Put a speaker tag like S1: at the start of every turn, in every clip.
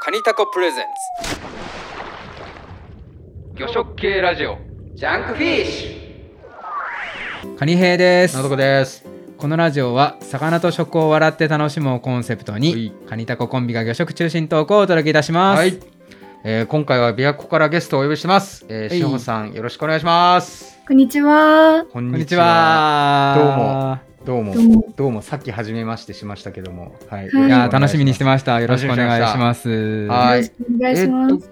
S1: カニタコプレゼンツ魚食系ラジオジャンクフィッシュカニ兵です
S2: などこです。
S1: このラジオは魚と食を笑って楽しもうコンセプト
S2: は
S1: に
S2: い
S1: カニタココンビが魚食中心トークをお届けいたします、
S2: はい。えー、今回は琵琶湖からゲストをお呼びしてます。えー、
S1: はい
S2: しほさん、よろしくお願いします。
S3: こんにちは。
S2: こん
S1: こんにち。は
S2: どうも
S3: どうも。
S2: どうも、さっき初めましてしましたけども。はい。
S3: はい
S1: いやー楽しみにしてましたよろしくお願いします
S2: はい
S3: よろしくお願いし
S2: え
S3: ま
S2: っと
S3: す。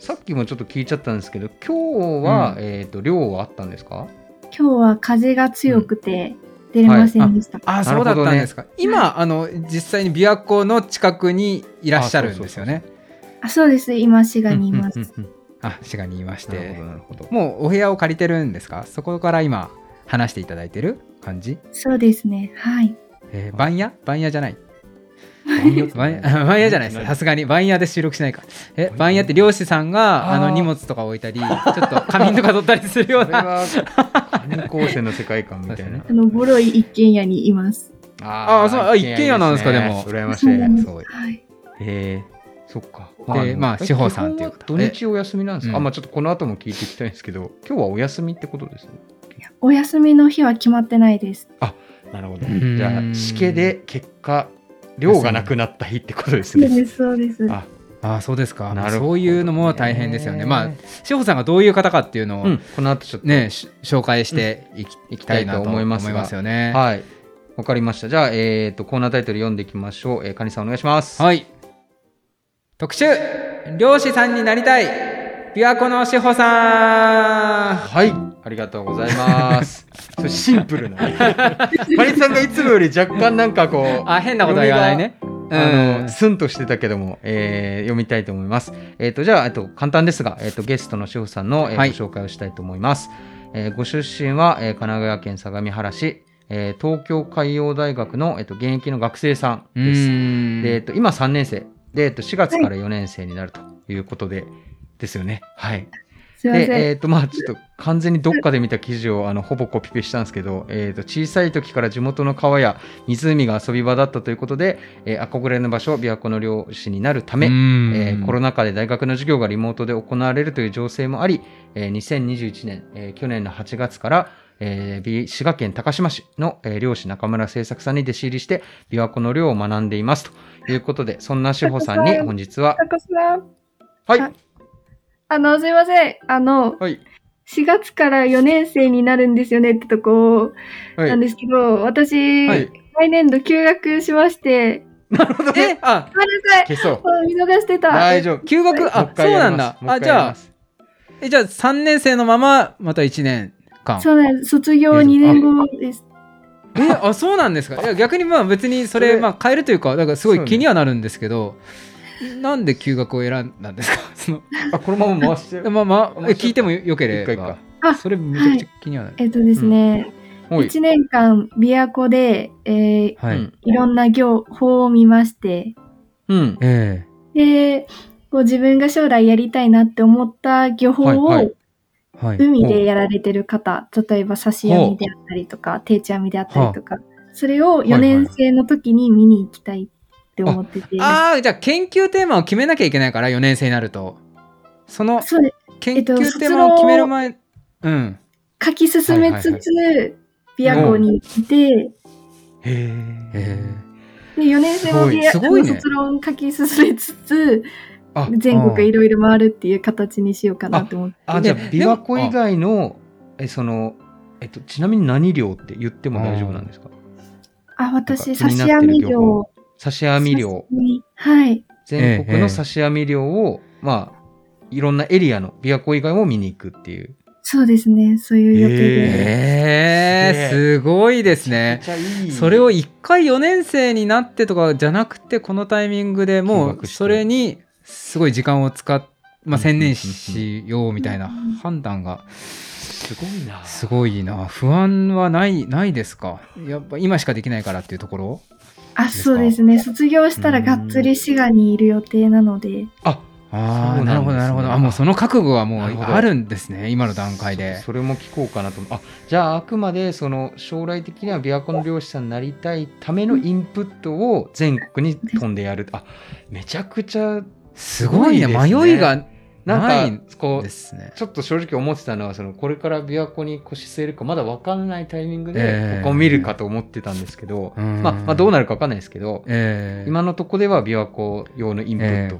S2: さっきもちょっと聞いちゃったんですけど、今日は、
S1: うん
S2: えっ、と、量はあったんですか
S3: 今日は風が強くて出れませんでした。
S1: あー
S2: なる
S1: そう
S2: ほど
S1: だ
S2: ね
S1: ったんですか、今あの実際に琵琶湖の近くにいらっしゃるんですよね
S3: あ、そうです。今滋賀にいます。
S2: うんうんうん
S1: あ滋賀にいまし
S2: なるほ
S1: て
S2: ど、なるほど。
S1: もうお部屋を借りてるんですかそこから今話していただいてる感じ、
S3: そうですね。はい。
S1: えー、番屋番屋じゃない 番屋
S2: あ
S1: 番屋じゃないですさすがに番屋で収録しないかえ番屋って漁師さんがあ
S2: あー
S1: の荷物とか置いたりちょっと仮眠とか取ったりするよう
S2: これ
S1: な
S2: は、カニ構成の世界観みたい
S1: そ
S2: な
S1: う
S3: あ。のボロい一軒家にいます。
S2: あ
S1: あそうあ一軒家なんですかでも
S2: 羨まし
S3: そ
S2: いう
S3: な。んです
S1: そう
S3: はい。
S2: えー、そっか。
S1: でまあ
S2: え
S1: 志保さんっていう方
S2: 基本は土日お休みなんですか、
S1: え
S2: あまあちょっとこの後も聞いていきたいんですけど、今日はお休みってことですね。
S3: お休みの日は決まってないです。
S2: なるほど
S1: ん
S2: じゃあ、しけで結果、量がなくなった日ってことですね。
S3: す。そうです
S2: あ
S1: ああそうですか、
S2: なるほどね
S1: そういうのも大変ですよねまあ志保さんがどういう方かっていうのを、
S2: うん、この後ちょっと、
S1: ねし紹介していき,、いきたいなと思います
S2: いきたいと思いますが
S1: よねは
S2: はい。わかりました。じゃあ、えー、と、コーナータイトル読んでいきましょう。えー、カニさんお願いします。
S1: い、特集漁師さんになりたい琵琶湖の志保さん
S2: はい。ありがとうござい ます。それシンプルな。カニさんがいつもより若干なんかこう、
S1: あ変なことは言わないね
S2: あ
S1: うん
S2: のスンとしてたけども、えー読みたいと思います。えっ、とじゃあえっと簡単ですが、えっ、とゲストの志保さんの、えー
S1: はい
S2: ご紹介をしたいと思います。えーご出身は、えー神奈川県相模原市、えー東京海洋大学のえっ、と現役の学生さん
S1: う
S2: です。
S1: ん
S2: でえっ、と今3年生でえっ、と4月から4年生になるということで。ですよね。はい。
S3: すいません。
S2: で、えっ、と、まあ、ちょっと完全にどっかで見た記事を、あの、ほぼコピペしたんですけど、えっ、と、小さい時から地元の川や湖が遊び場だったということで、えー憧れの場所、琵琶湖の漁師になるため、えーコロナ禍で大学の授業がリモートで行われるという情勢もあり、えー2021年、えー去年の8月から、えーび滋賀県高島市の、えー漁師中村製作さんに弟子入りして、琵琶湖の漁を学んでいます。ということで、そんな志保さんに本日は、
S3: タコさん。
S2: はい、
S3: あの、すいません。あの、
S2: はい、
S3: 4月から4年生になるんですよねってとこ
S2: は
S3: なん
S2: い、
S3: ですけど、私、
S2: はい、
S3: 来年度休学しまして、
S1: え あ
S3: ごめんなさ
S2: 消
S3: い。
S2: そう。
S3: あ見逃してた。
S2: 大丈夫。
S1: 休学あそうなんだあじゃあ
S2: あ
S1: えじゃあ3年生のまままた1年間
S3: そうなんです。卒業
S2: え
S3: 2年後です。
S1: えあそうなんですかいや逆にまあ別にそれ
S2: それ
S1: まあ変えるというかだからすご
S2: そ
S1: いう
S2: ね
S1: 気にはなるんですけど、なんで休学を選んだんですかその
S2: あこのまま回して
S1: まあまあ
S2: 面白い
S1: 聞いてもよけれ
S2: 一回か
S1: ば
S3: あ
S1: それめちゃくちゃ気にはなる、
S3: えっとですね、
S2: おい
S3: 1年間、琵琶湖で、えー
S1: はい、
S2: うん
S3: いろんな行法を見まして、
S2: うん
S1: え
S3: で、こう自分が将来やりたいなって思った漁法
S2: はいはい
S3: を
S1: えはい
S3: 海でやられてる方、例えば刺し網であったりとか、定置網であったりとか、それを4年生の時に見に行きたいって思ってて、
S1: ああじゃあ研究テーマを決めなきゃいけないから4年生になるとその
S3: そうです。
S1: 研
S3: えっ
S1: 究
S3: と
S1: テーマを決める前、うん
S3: 書き進めつつ、琵琶湖に行って、
S2: へ
S1: え
S2: え
S3: で4年生も
S2: すごい
S3: であ
S1: すごい
S3: の
S1: ね
S3: 卒論書き進めつつ
S2: あ
S3: 全国いろいろ回るっていう形にしようかなと思って
S2: あじゃあ
S1: ね
S2: 琵琶湖以外のえそのえっとちなみに何漁って言っても大丈夫なんですか
S3: あ私
S2: なんか
S3: 刺
S2: 気に
S3: し
S2: なってる
S3: 網
S2: 漁法
S3: 漁
S2: 刺身漁
S3: 刺身はい
S2: 全
S1: ええ
S2: 国の刺身漁をまあいろんなエリアの琵琶湖以外も見に行くっていう
S3: そうですねそういう予定で、
S1: ええす
S2: すげ
S1: ごいですね
S2: めちゃめちゃいい
S1: それを1回4年生になってとかじゃなくてこのタイミングでも
S2: 休
S1: う
S2: 学して
S1: それにすごい時間を使っ、まあ、専念しようみたいな
S3: うん
S1: 判断が
S2: すごいな
S1: すごいな不安はないないですかやっぱ今しかできないからっていうところ
S3: あそうですね卒業したらがっつり滋賀にいる予定なので
S2: あ
S1: ああ、
S2: そうなんですね
S1: なるほどなるほどあもうその覚悟はもう
S2: なるほど
S1: あるんですね今の段階で
S2: そそれも聞こうかなと思うあじゃああくまでその将来的には琵琶湖の漁師さんになりたいためのインプットを全国に飛んでやるあめちゃくちゃすごい
S1: すごいで
S2: ね
S1: すね
S2: 迷いがな
S1: なんい
S2: かこう
S1: ですね。
S2: ちょっと正直思ってたのはそのこれから琵琶湖に腰据えるかまだ分かんないタイミング
S1: え
S2: で
S1: え
S2: ここを見るかと思ってたんですけど、
S1: うん
S2: まあ、まあどうなるか分かんないですけど、
S1: えー、
S2: 今のとこでは琵琶湖用のインプットっ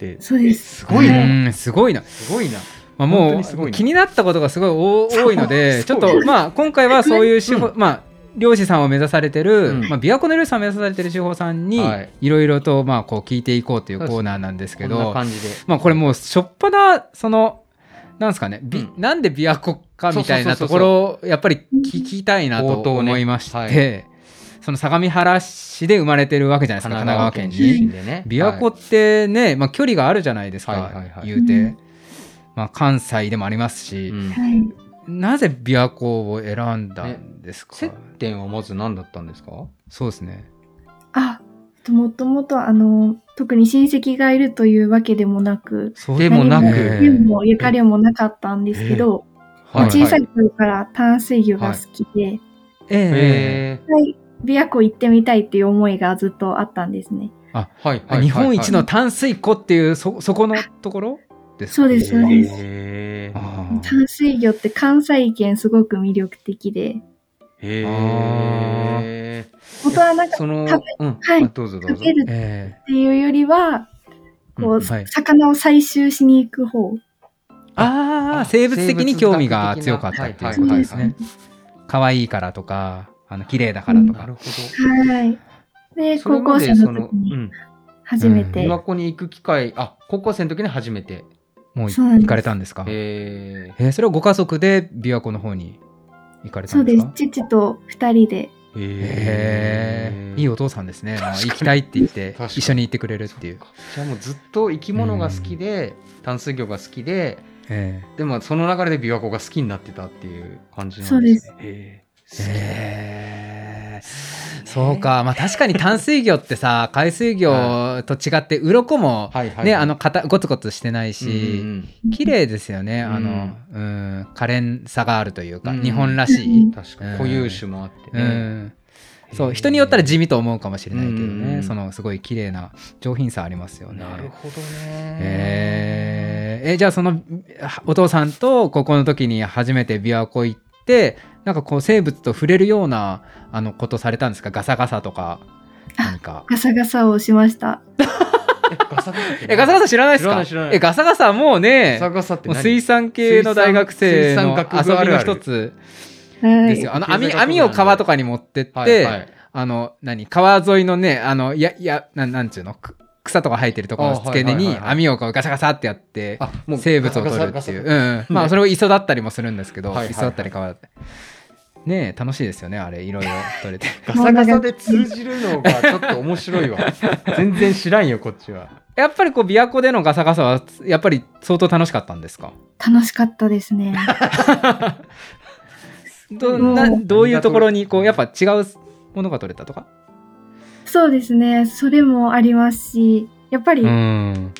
S2: て
S3: そうです。
S2: すごいね、
S1: うんすごいな。
S2: すごいな。
S1: まあ、
S2: 本当
S1: も
S2: にすごいうな
S1: 気になったことがすごいお
S2: そう
S1: 多いので、ち
S2: そ
S1: ょ
S2: う
S1: っとまあ今回はそういう手法、まあ漁師さんを目指されてる、
S2: うん
S1: まあ琵琶湖の漁師さんを目指されてる手法さんに
S2: はい
S1: いろいろとまあこう聞いていこうという
S2: そうですね
S1: コーナーなんです
S2: こ
S1: け
S2: んな
S1: ど、
S2: 感じで。
S1: まあこれもうしょっぱなそのなんですかね、び
S2: う
S1: なんで琵琶湖かみたいな
S2: そう
S1: と
S2: そうそうそう
S1: ころをやっぱり聞きたいなと
S2: 冒頭ね
S1: 思いまして、
S2: は
S1: その相模原市で生まれてるわけじゃないですか神奈川県に。
S2: 出身でね。
S1: 琵琶湖ってね、まあ、距離があるじゃないですか、
S2: はいはいはい
S1: 言うて、
S3: うん
S1: まあ、関西でもありますし、
S2: うん
S3: はい。
S1: なぜ琵琶湖を選んだんですか、
S2: 接点はまず何だったんですか
S1: そうですね
S3: あ、もともとあの、特に親戚がいるというわけでもなく、
S1: そう
S2: でもなく
S3: 何
S1: ええ
S3: 縁もゆかりもなかったんですけど、
S1: はい
S3: 小さい頃から淡水魚が好きで、
S1: ええ
S2: へ
S3: はい、琵琶湖行ってみたいっていう思いがずっとあったんですね。
S2: ーはい
S1: あ日本一の淡水湖っていうそそこのところですか
S3: そうです、そうです。
S2: へー
S1: あ
S3: 淡水魚って関西圏すごく魅力的で、
S2: へー
S3: 元はなんか
S2: その
S3: 食べ、
S2: うん、
S3: はい
S2: あどうぞどう
S3: 食
S2: ぞ。
S3: べる
S1: ー
S3: っ
S1: え
S3: ていうよりは、
S2: うん
S3: こう、
S1: はい
S3: 魚を採集しに行く方。
S1: えああ生物的に興味が強かったっていうことです
S2: はいは
S1: ね可愛いからとかあの綺麗だからと
S2: な
S1: か
S2: るほ
S3: はい。
S2: ど。
S3: で、
S2: それ
S3: 高
S2: ま
S3: 校
S2: で
S3: 生
S2: そ
S3: の
S2: の
S3: 時
S2: う
S3: に
S2: ん
S3: 初めて。
S1: うん
S2: 琵琶湖に行く機会、あ高校生の時に初めて。
S1: もう
S3: そうなんです
S1: 行かれたんですか
S2: へ
S1: えーそれをご家族で琵琶湖の方に行かれた
S3: そ
S1: ん
S3: う
S1: です
S3: で
S1: か
S3: す。父と二人で。
S2: ー
S1: へえいいお父さんですね、まあ、行きたいって言って
S2: 確かに
S1: 一緒に行ってくれるっていう、
S2: じゃあもうずっと生き物が好きで、淡水魚が好きで、
S1: え
S2: でもその流れで琵琶湖が好きになってたっていう感じなんですね。
S3: そうです
S2: へー。
S1: ー
S2: 好きだ
S1: えーそうか、まあ、確かに淡水 魚ってさ海水魚と違って鱗も
S2: はいはいはい。
S1: ねあの固ゴツゴツしてない
S2: うんう
S1: し
S2: ん
S1: 綺麗ですよねあのうん可憐さがあるというか
S2: うん
S1: 日本らしい
S2: うん、確かに固有種もあって
S1: う
S2: ね。
S1: んそう人によったら地味と思うかもしれないけど
S2: うん
S1: ねそのすごい綺麗な上品さありますよね
S2: なるほどね。
S1: えーえじゃあそのあお父さんと高校の時に初めて琵琶湖行ってなんかこう生物と触れるようなあのことされたんですかガサガサとか何か
S3: ガサガサをしました。
S2: えガサガサって何
S1: えガサガサ知らないです
S2: 知らな
S1: か
S2: い知らない
S1: えガサガサはもう
S2: ガ
S1: ね
S2: サガサって
S1: もう
S2: 何
S1: 水産系の大学生の
S2: 水産水産学部
S1: 遊
S2: あ
S1: び
S2: る
S1: の
S2: ある
S1: 一つ
S3: は
S1: です
S3: い
S1: よ。あの
S2: 経済
S1: 網
S2: 学部
S1: 網を川とかに持ってって、
S2: はいはい
S1: あの何川沿いのねあのややなんなんていうのく草とか生えてるところの付け根
S2: あはい
S1: に
S2: はいはいはい
S1: 網をこうガサガサってやって
S2: あもう
S1: 生物を取る
S2: ガ
S1: って
S2: サ
S1: いう、
S2: ガ
S1: う
S2: サ
S1: んうん、ま
S2: ね
S1: あそれを磯だったりもするんですけど、
S2: はいはいはい
S1: 磯だったり川だったりねえ楽しいですよねあれいろいろ取れて
S2: ガサガサで通じるのがちょっと面白いわ。 全然知らんよこっちは。
S1: やっぱりこう琵琶湖でのガサガサはやっぱり相当楽しかったんですか
S3: 楽しかったです ね。
S1: ど
S3: うん
S1: などういうところにこうやっぱ違うものが取れたとか
S3: そうですね。それもありますし、やっぱり
S1: ん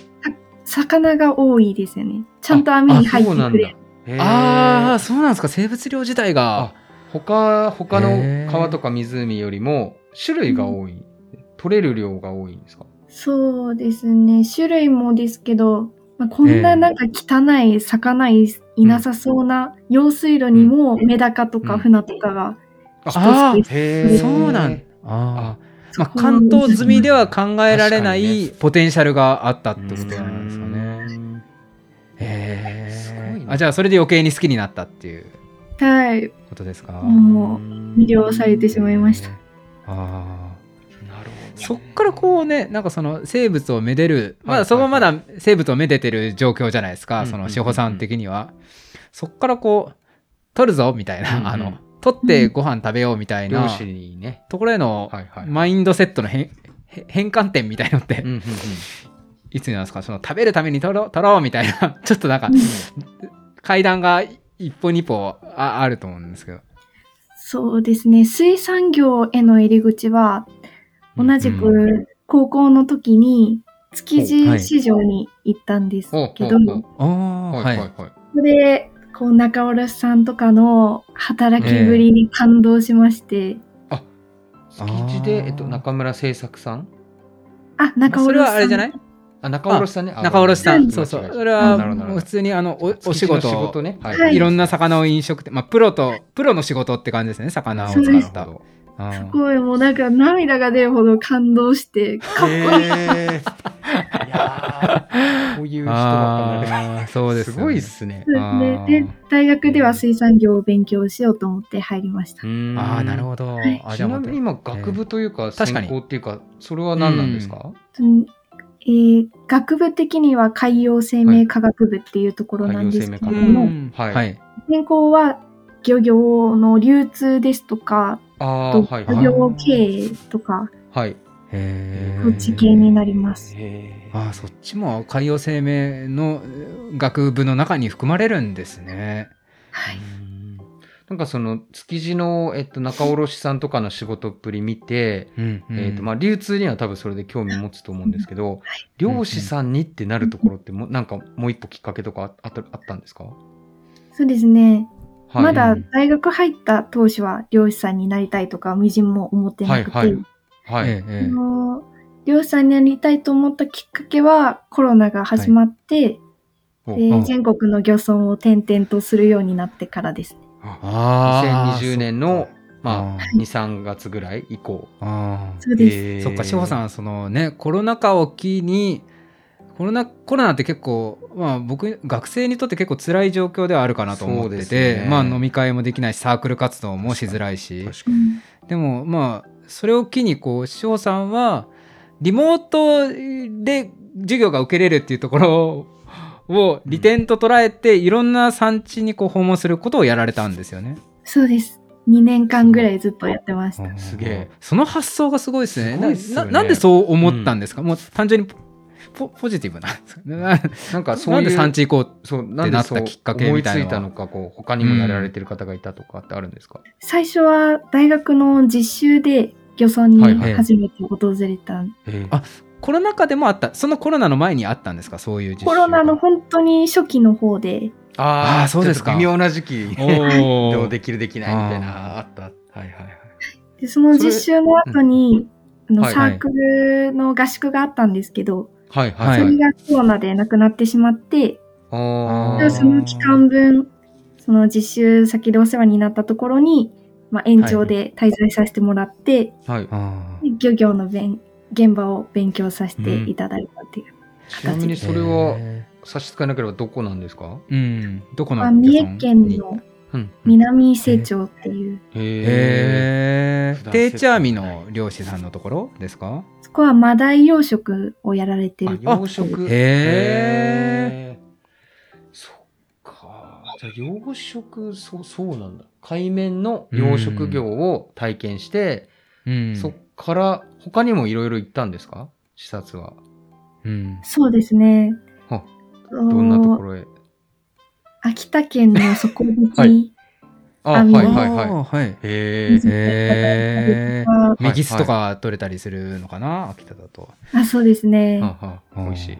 S3: 魚が多いですよね。ちゃんと網に入ってくれる。
S2: へー
S1: ああそうなんですか生物量自体が
S2: 他他
S1: へ
S2: の
S1: ー
S2: 川とか湖よりも種類が多い、取れる量が多いんですか
S3: そうですね。種類もですけど、まあ、こんななんか汚い魚いいなさそうな用水路にもメダカと
S2: う
S3: か
S2: ん
S3: 船とかが
S1: あー
S3: 一つ
S2: へ
S3: ー
S1: そうなんあー、まあ、
S3: そこ
S1: 関東済みでは考えられな
S2: 確かに
S1: いポテンシャルがあったってこと
S2: ってこと
S1: な
S2: なんん
S1: で
S2: ですす
S1: か
S2: か
S1: ね。
S2: ね
S1: へー
S2: すごいな
S1: あじゃあそれで余計に好きになったっていう
S3: はい、
S1: ことですか。
S3: もう魅了されてしまいました。
S1: あー
S2: なるほどね
S1: そっからこうねなんかその生物をめでる、ま
S2: は
S1: あ、
S2: いはいはい
S1: そこまだ生物をめでてる状況じゃないです
S2: うん
S1: か
S2: うん
S1: そ
S2: うんう
S1: の
S2: ん
S1: 志保さん的には。そっからこう取るぞみたい
S2: うんうん
S1: なあの取ってご飯食べようみたいな
S2: 漁師にね
S1: ところへの
S2: はいはい
S1: マインドセットの変変換点みたいのって
S2: うんうんうん
S1: いつになるんですかその食べるために取ろう取ろうみたいな ちょっとなんか階段が一歩二歩ああると思うんですけど
S3: そうですね。水産業への入り口は、
S1: うん
S3: 同じ
S1: う
S3: く高校の時に築地市場に行ったんです
S2: ほう
S3: けど、
S2: ほうほう
S3: こ
S1: ああ
S2: はいはいはい
S3: こで、こう、中卸さんとかの働きぶりに感動しまして、
S2: 築地で、
S1: あー
S2: えっと、中村製作さん
S3: あ、中
S1: それ
S3: 卸
S1: は
S3: さん。
S1: あれじゃない
S2: あ、仲卸さんね。あ
S1: 中卸さ
S2: 間違
S1: ん、
S2: え
S1: そうそう。
S2: た
S1: それは
S2: なるほどなるほ
S1: もう
S2: ど
S1: 普通にあのおお仕
S2: 築地の
S1: 事
S2: 仕事ね。はい
S3: はい
S1: いろんな魚を飲食店、まあ、プロと、プロの仕事って感じですね、魚を使
S3: そうで
S1: っ
S3: す
S1: た。うん
S3: ごい、もうなんか涙が出るほど感動して、かっこいい。
S2: えー、いやーこういう人ばっかりになる
S1: あーそうです
S2: す
S1: よね
S2: ごいっすね。
S3: そうです
S1: あ
S3: ね
S1: ー
S3: で、大学では水産業を勉強しようと思って入りました。
S1: ああ、なる
S2: ど。
S1: ほど。
S3: い
S1: あ
S2: ち
S1: じゃあ
S2: な
S1: ま
S2: み
S1: た
S2: に今、学部というか、
S1: 確か
S2: 専
S1: に
S2: 攻っていうか、それは何なんですか
S3: うんえー学部的には海洋生命科学部っていうところなんですけれど
S2: 海洋生
S3: も、
S1: ん
S2: はい
S1: はい。
S3: 専攻は漁業の流通ですとか、
S2: あ
S3: あ
S2: あ、
S3: と
S2: はい。
S1: あ
S3: 漁業経営とか、
S2: はい。
S1: へ
S3: こ
S1: ー
S3: っち系になります。
S2: へー
S1: ああ、そっちも海洋生命のえー学部の中に含まれるんですね。
S3: はい。
S2: うんなんかその築地の、えっと、仲卸さんとかの仕事っぷり見て、
S1: うん
S2: えっとま
S1: あ、
S2: あ、流通には多分それで興味持つと思うんですけど、漁師さんにってなるところっても、なんかもう一個きっかけとかああったあったんですか、はい
S3: そうですね。まだ
S1: うん
S3: 大学入った当初は漁師さんになりたいとか、みじんも思ってなくて、
S2: はいはいはい、
S1: えええ
S3: あの漁師さんになりたいと思ったきっかけはコロナが始まって、
S2: お
S3: で
S1: うん
S3: 全国の漁村を転々とするようになってからですね。
S1: えああ
S2: 2020年の、
S1: あ
S2: まあ、23月ぐらい以降
S1: あー
S3: そうです。
S2: へー
S1: そっか志保さんそのねコロナ禍を機にコロナコロナって結構、まあ、僕学生にとって結構辛い状況ではあるかなと思っ
S2: そうで
S1: て
S2: す
S1: て、
S2: ね
S1: まあ、飲み会もできないしサークル活動もしづらいし
S2: 確か
S3: うん
S1: でもまあそれを機にこう志保さんはリモートで授業が受けれるっていうところを利点と捉えて、いろんな産地にこう訪問することをやられたんですよね。
S3: そうです。2年間ぐらいずっとやってました。
S2: すげえ
S1: その発想がすごいですね
S2: すごいっすよね
S1: なななんでそう思ったんですか、もう単純にポポポジティブなんですかねな
S2: なんかそう
S1: ないん
S2: う
S1: で産地行こう
S2: そうなんでそう
S1: ってなったきっかけみたいなのは
S2: 思いついたのかこう他にもやられてる方がいたとかってあるんですか、
S3: 最初は大学の実習で漁村に
S2: はいはい
S3: 初めて訪れた、
S1: あコロナ禍でもあったそのコロナの前にあったんですかそういう実習
S3: コロナの本当に初期の方で、
S1: あ
S2: あ
S1: ーそうですか
S2: ちょっと微妙な時期
S1: お
S2: どう
S1: ー
S2: できるできないみたいなあ
S1: あ
S2: ったはいはいはい
S3: でその実習の後に、あの
S2: はい
S3: サ
S1: はい
S3: ークルの合宿があったんですけど、
S2: はい
S1: はい
S3: それがコロナでなくなってしまって、
S2: あ
S1: う
S2: ー
S1: ん
S3: その期間分、その実習先でお世話になったところに、まあ、延長で滞在させてもらって、
S2: はい
S1: あー
S3: で漁業の勉現場を勉強させていただいたっていう。
S2: ちなみにそれは
S1: へ
S2: 差し支えなければどこなんですか
S1: ーうんどこの
S3: まあ、三重県
S1: に
S3: の
S2: うん
S3: 南伊勢町っていう、
S2: へえ
S1: へ
S2: 普
S1: え
S2: 段
S1: 定置網の漁師さんのところですか
S3: そこはマダイ養殖をやられてる。
S2: 養殖
S1: へえ
S2: へーそっかじゃあ養殖そうそうなんだ海面の養殖業を体験して、
S1: うん
S2: そっから他にもいろいろ行ったんですか視察は
S1: うん
S3: そうですね。
S2: あどんなところへ
S3: 秋田県の底引き、
S2: はいあは
S3: あ
S2: い
S3: の
S2: は
S1: はいい
S2: はい
S1: はい
S2: へえ。
S1: へえ
S3: あ
S1: メギスとか取れたりするのかな秋田だと。
S3: あそうですね。
S2: はは美味しい。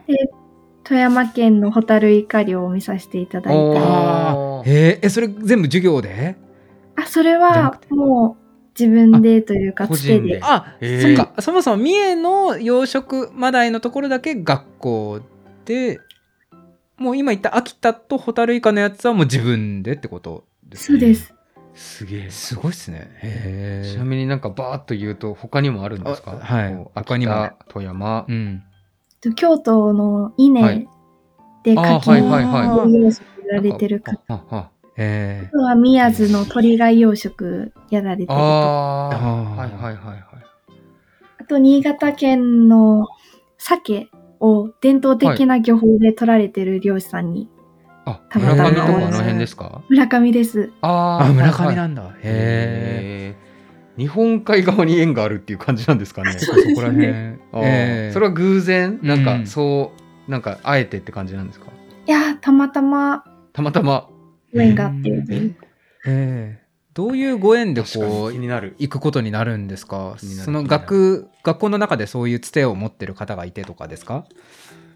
S3: 富山県のホタルイカ漁を見させていただいたり、
S2: あ
S1: あ
S2: ー
S1: へええそれ全部授業で
S3: あ、それ
S1: じゃなく
S3: はもう自分でという
S2: あ
S3: か、
S2: 個
S3: つて
S2: 人で
S3: で。
S1: あ、
S2: へえ
S1: そっかそもそも三重の養殖マダイのところだけ学校でもう今言った秋田とホタルイカのやつはもう自分でってことです
S3: そうです。
S2: すげえ。
S1: すごいっすねへ
S2: ちな
S1: え
S2: みになんかバーっと言うと他にもあるんですか
S1: あはい
S2: こう
S1: 他にも
S2: 秋田富山
S1: う。ん
S3: と京都の伊
S2: はい
S3: 根で
S2: あー
S3: 牡
S2: はい
S3: 蠣
S2: はいはい。
S1: あ
S2: な
S1: ー
S2: ん
S3: を養殖やられてる
S2: か
S3: 方。
S2: ああ
S1: え
S3: あとは宮津の鳥貝養殖やられてるとか。
S2: あー
S1: あー
S2: はいはいはいはい。
S3: あと、新潟県の鮭を伝統的な漁法で取られてる漁師さんに、
S2: あ
S3: た
S2: 村
S3: ま
S2: 上
S3: たま
S2: とかあの辺ですか
S3: 村上です。
S2: あー
S1: あ村上
S2: はい
S1: な
S2: はい
S1: んだへえ
S2: へえ。日本海側に縁があるっていう感じなんですかね。
S1: そっかそこら辺え
S2: あー
S1: え
S2: それは偶然なん
S1: う
S2: か
S1: ん
S2: そうなんかあえてって感じなんですか
S3: いやー、たまたま
S2: たまたま。
S3: ご縁があって、
S1: うんええどういうご縁で
S2: 確か
S1: こ
S2: に
S1: う
S2: 気になる。
S1: 行くことになるんですか
S2: 気になる
S1: その
S2: 気になる
S1: 学学校の中でそういうつてを持ってる方がいてとかですか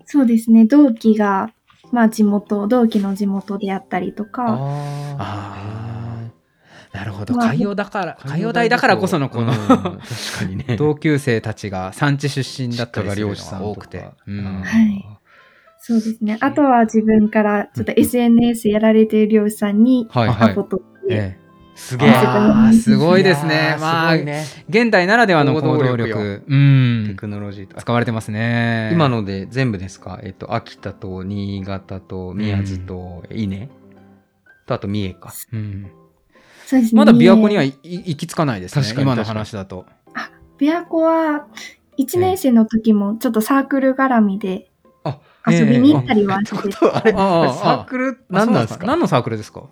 S3: そうですね、同期が、まあ地元、同期の地元であったりとか、
S2: あー
S1: あなるほど
S3: まあ
S1: 海洋だから海洋大だからこそのこの、
S2: うん確か にね
S1: 同級生たちが産地出身だ
S2: 実
S1: った
S2: 家
S1: り
S2: が
S1: するの
S2: 漁師さん
S1: が
S2: と
S1: 多
S2: か
S1: くて、う
S2: うん
S1: ん
S3: はいそうですね。あとは自分からちょっと
S2: うん
S3: SNS やられてる漁師さんに
S2: はい
S3: ア
S2: はい
S3: ポ取って、
S1: ええ
S2: す
S3: げえ
S1: あーすごいです
S2: い
S1: ね
S2: やー
S1: まあ
S2: すごいね
S1: 現代ならではの行動
S2: 行動
S1: 力
S2: 力よ
S1: うん
S2: テクノロジーとか
S1: 使われてますね
S2: 今ので全部ですかえっと、秋田と新潟と宮津と伊根とあと三重か。
S1: うん
S3: そうですね。
S1: まだ琵琶湖にはいい行き着かないですね
S2: 確かに
S1: 今の話だと
S3: 琵琶湖は1年生の時もちょっとサークル絡みで
S2: あ
S3: 遊びに行ったり
S2: あ
S3: は
S2: っ
S3: してて、
S2: ことはあれ、
S1: ああああ
S2: サークル何なんですか
S1: 何のサークルですか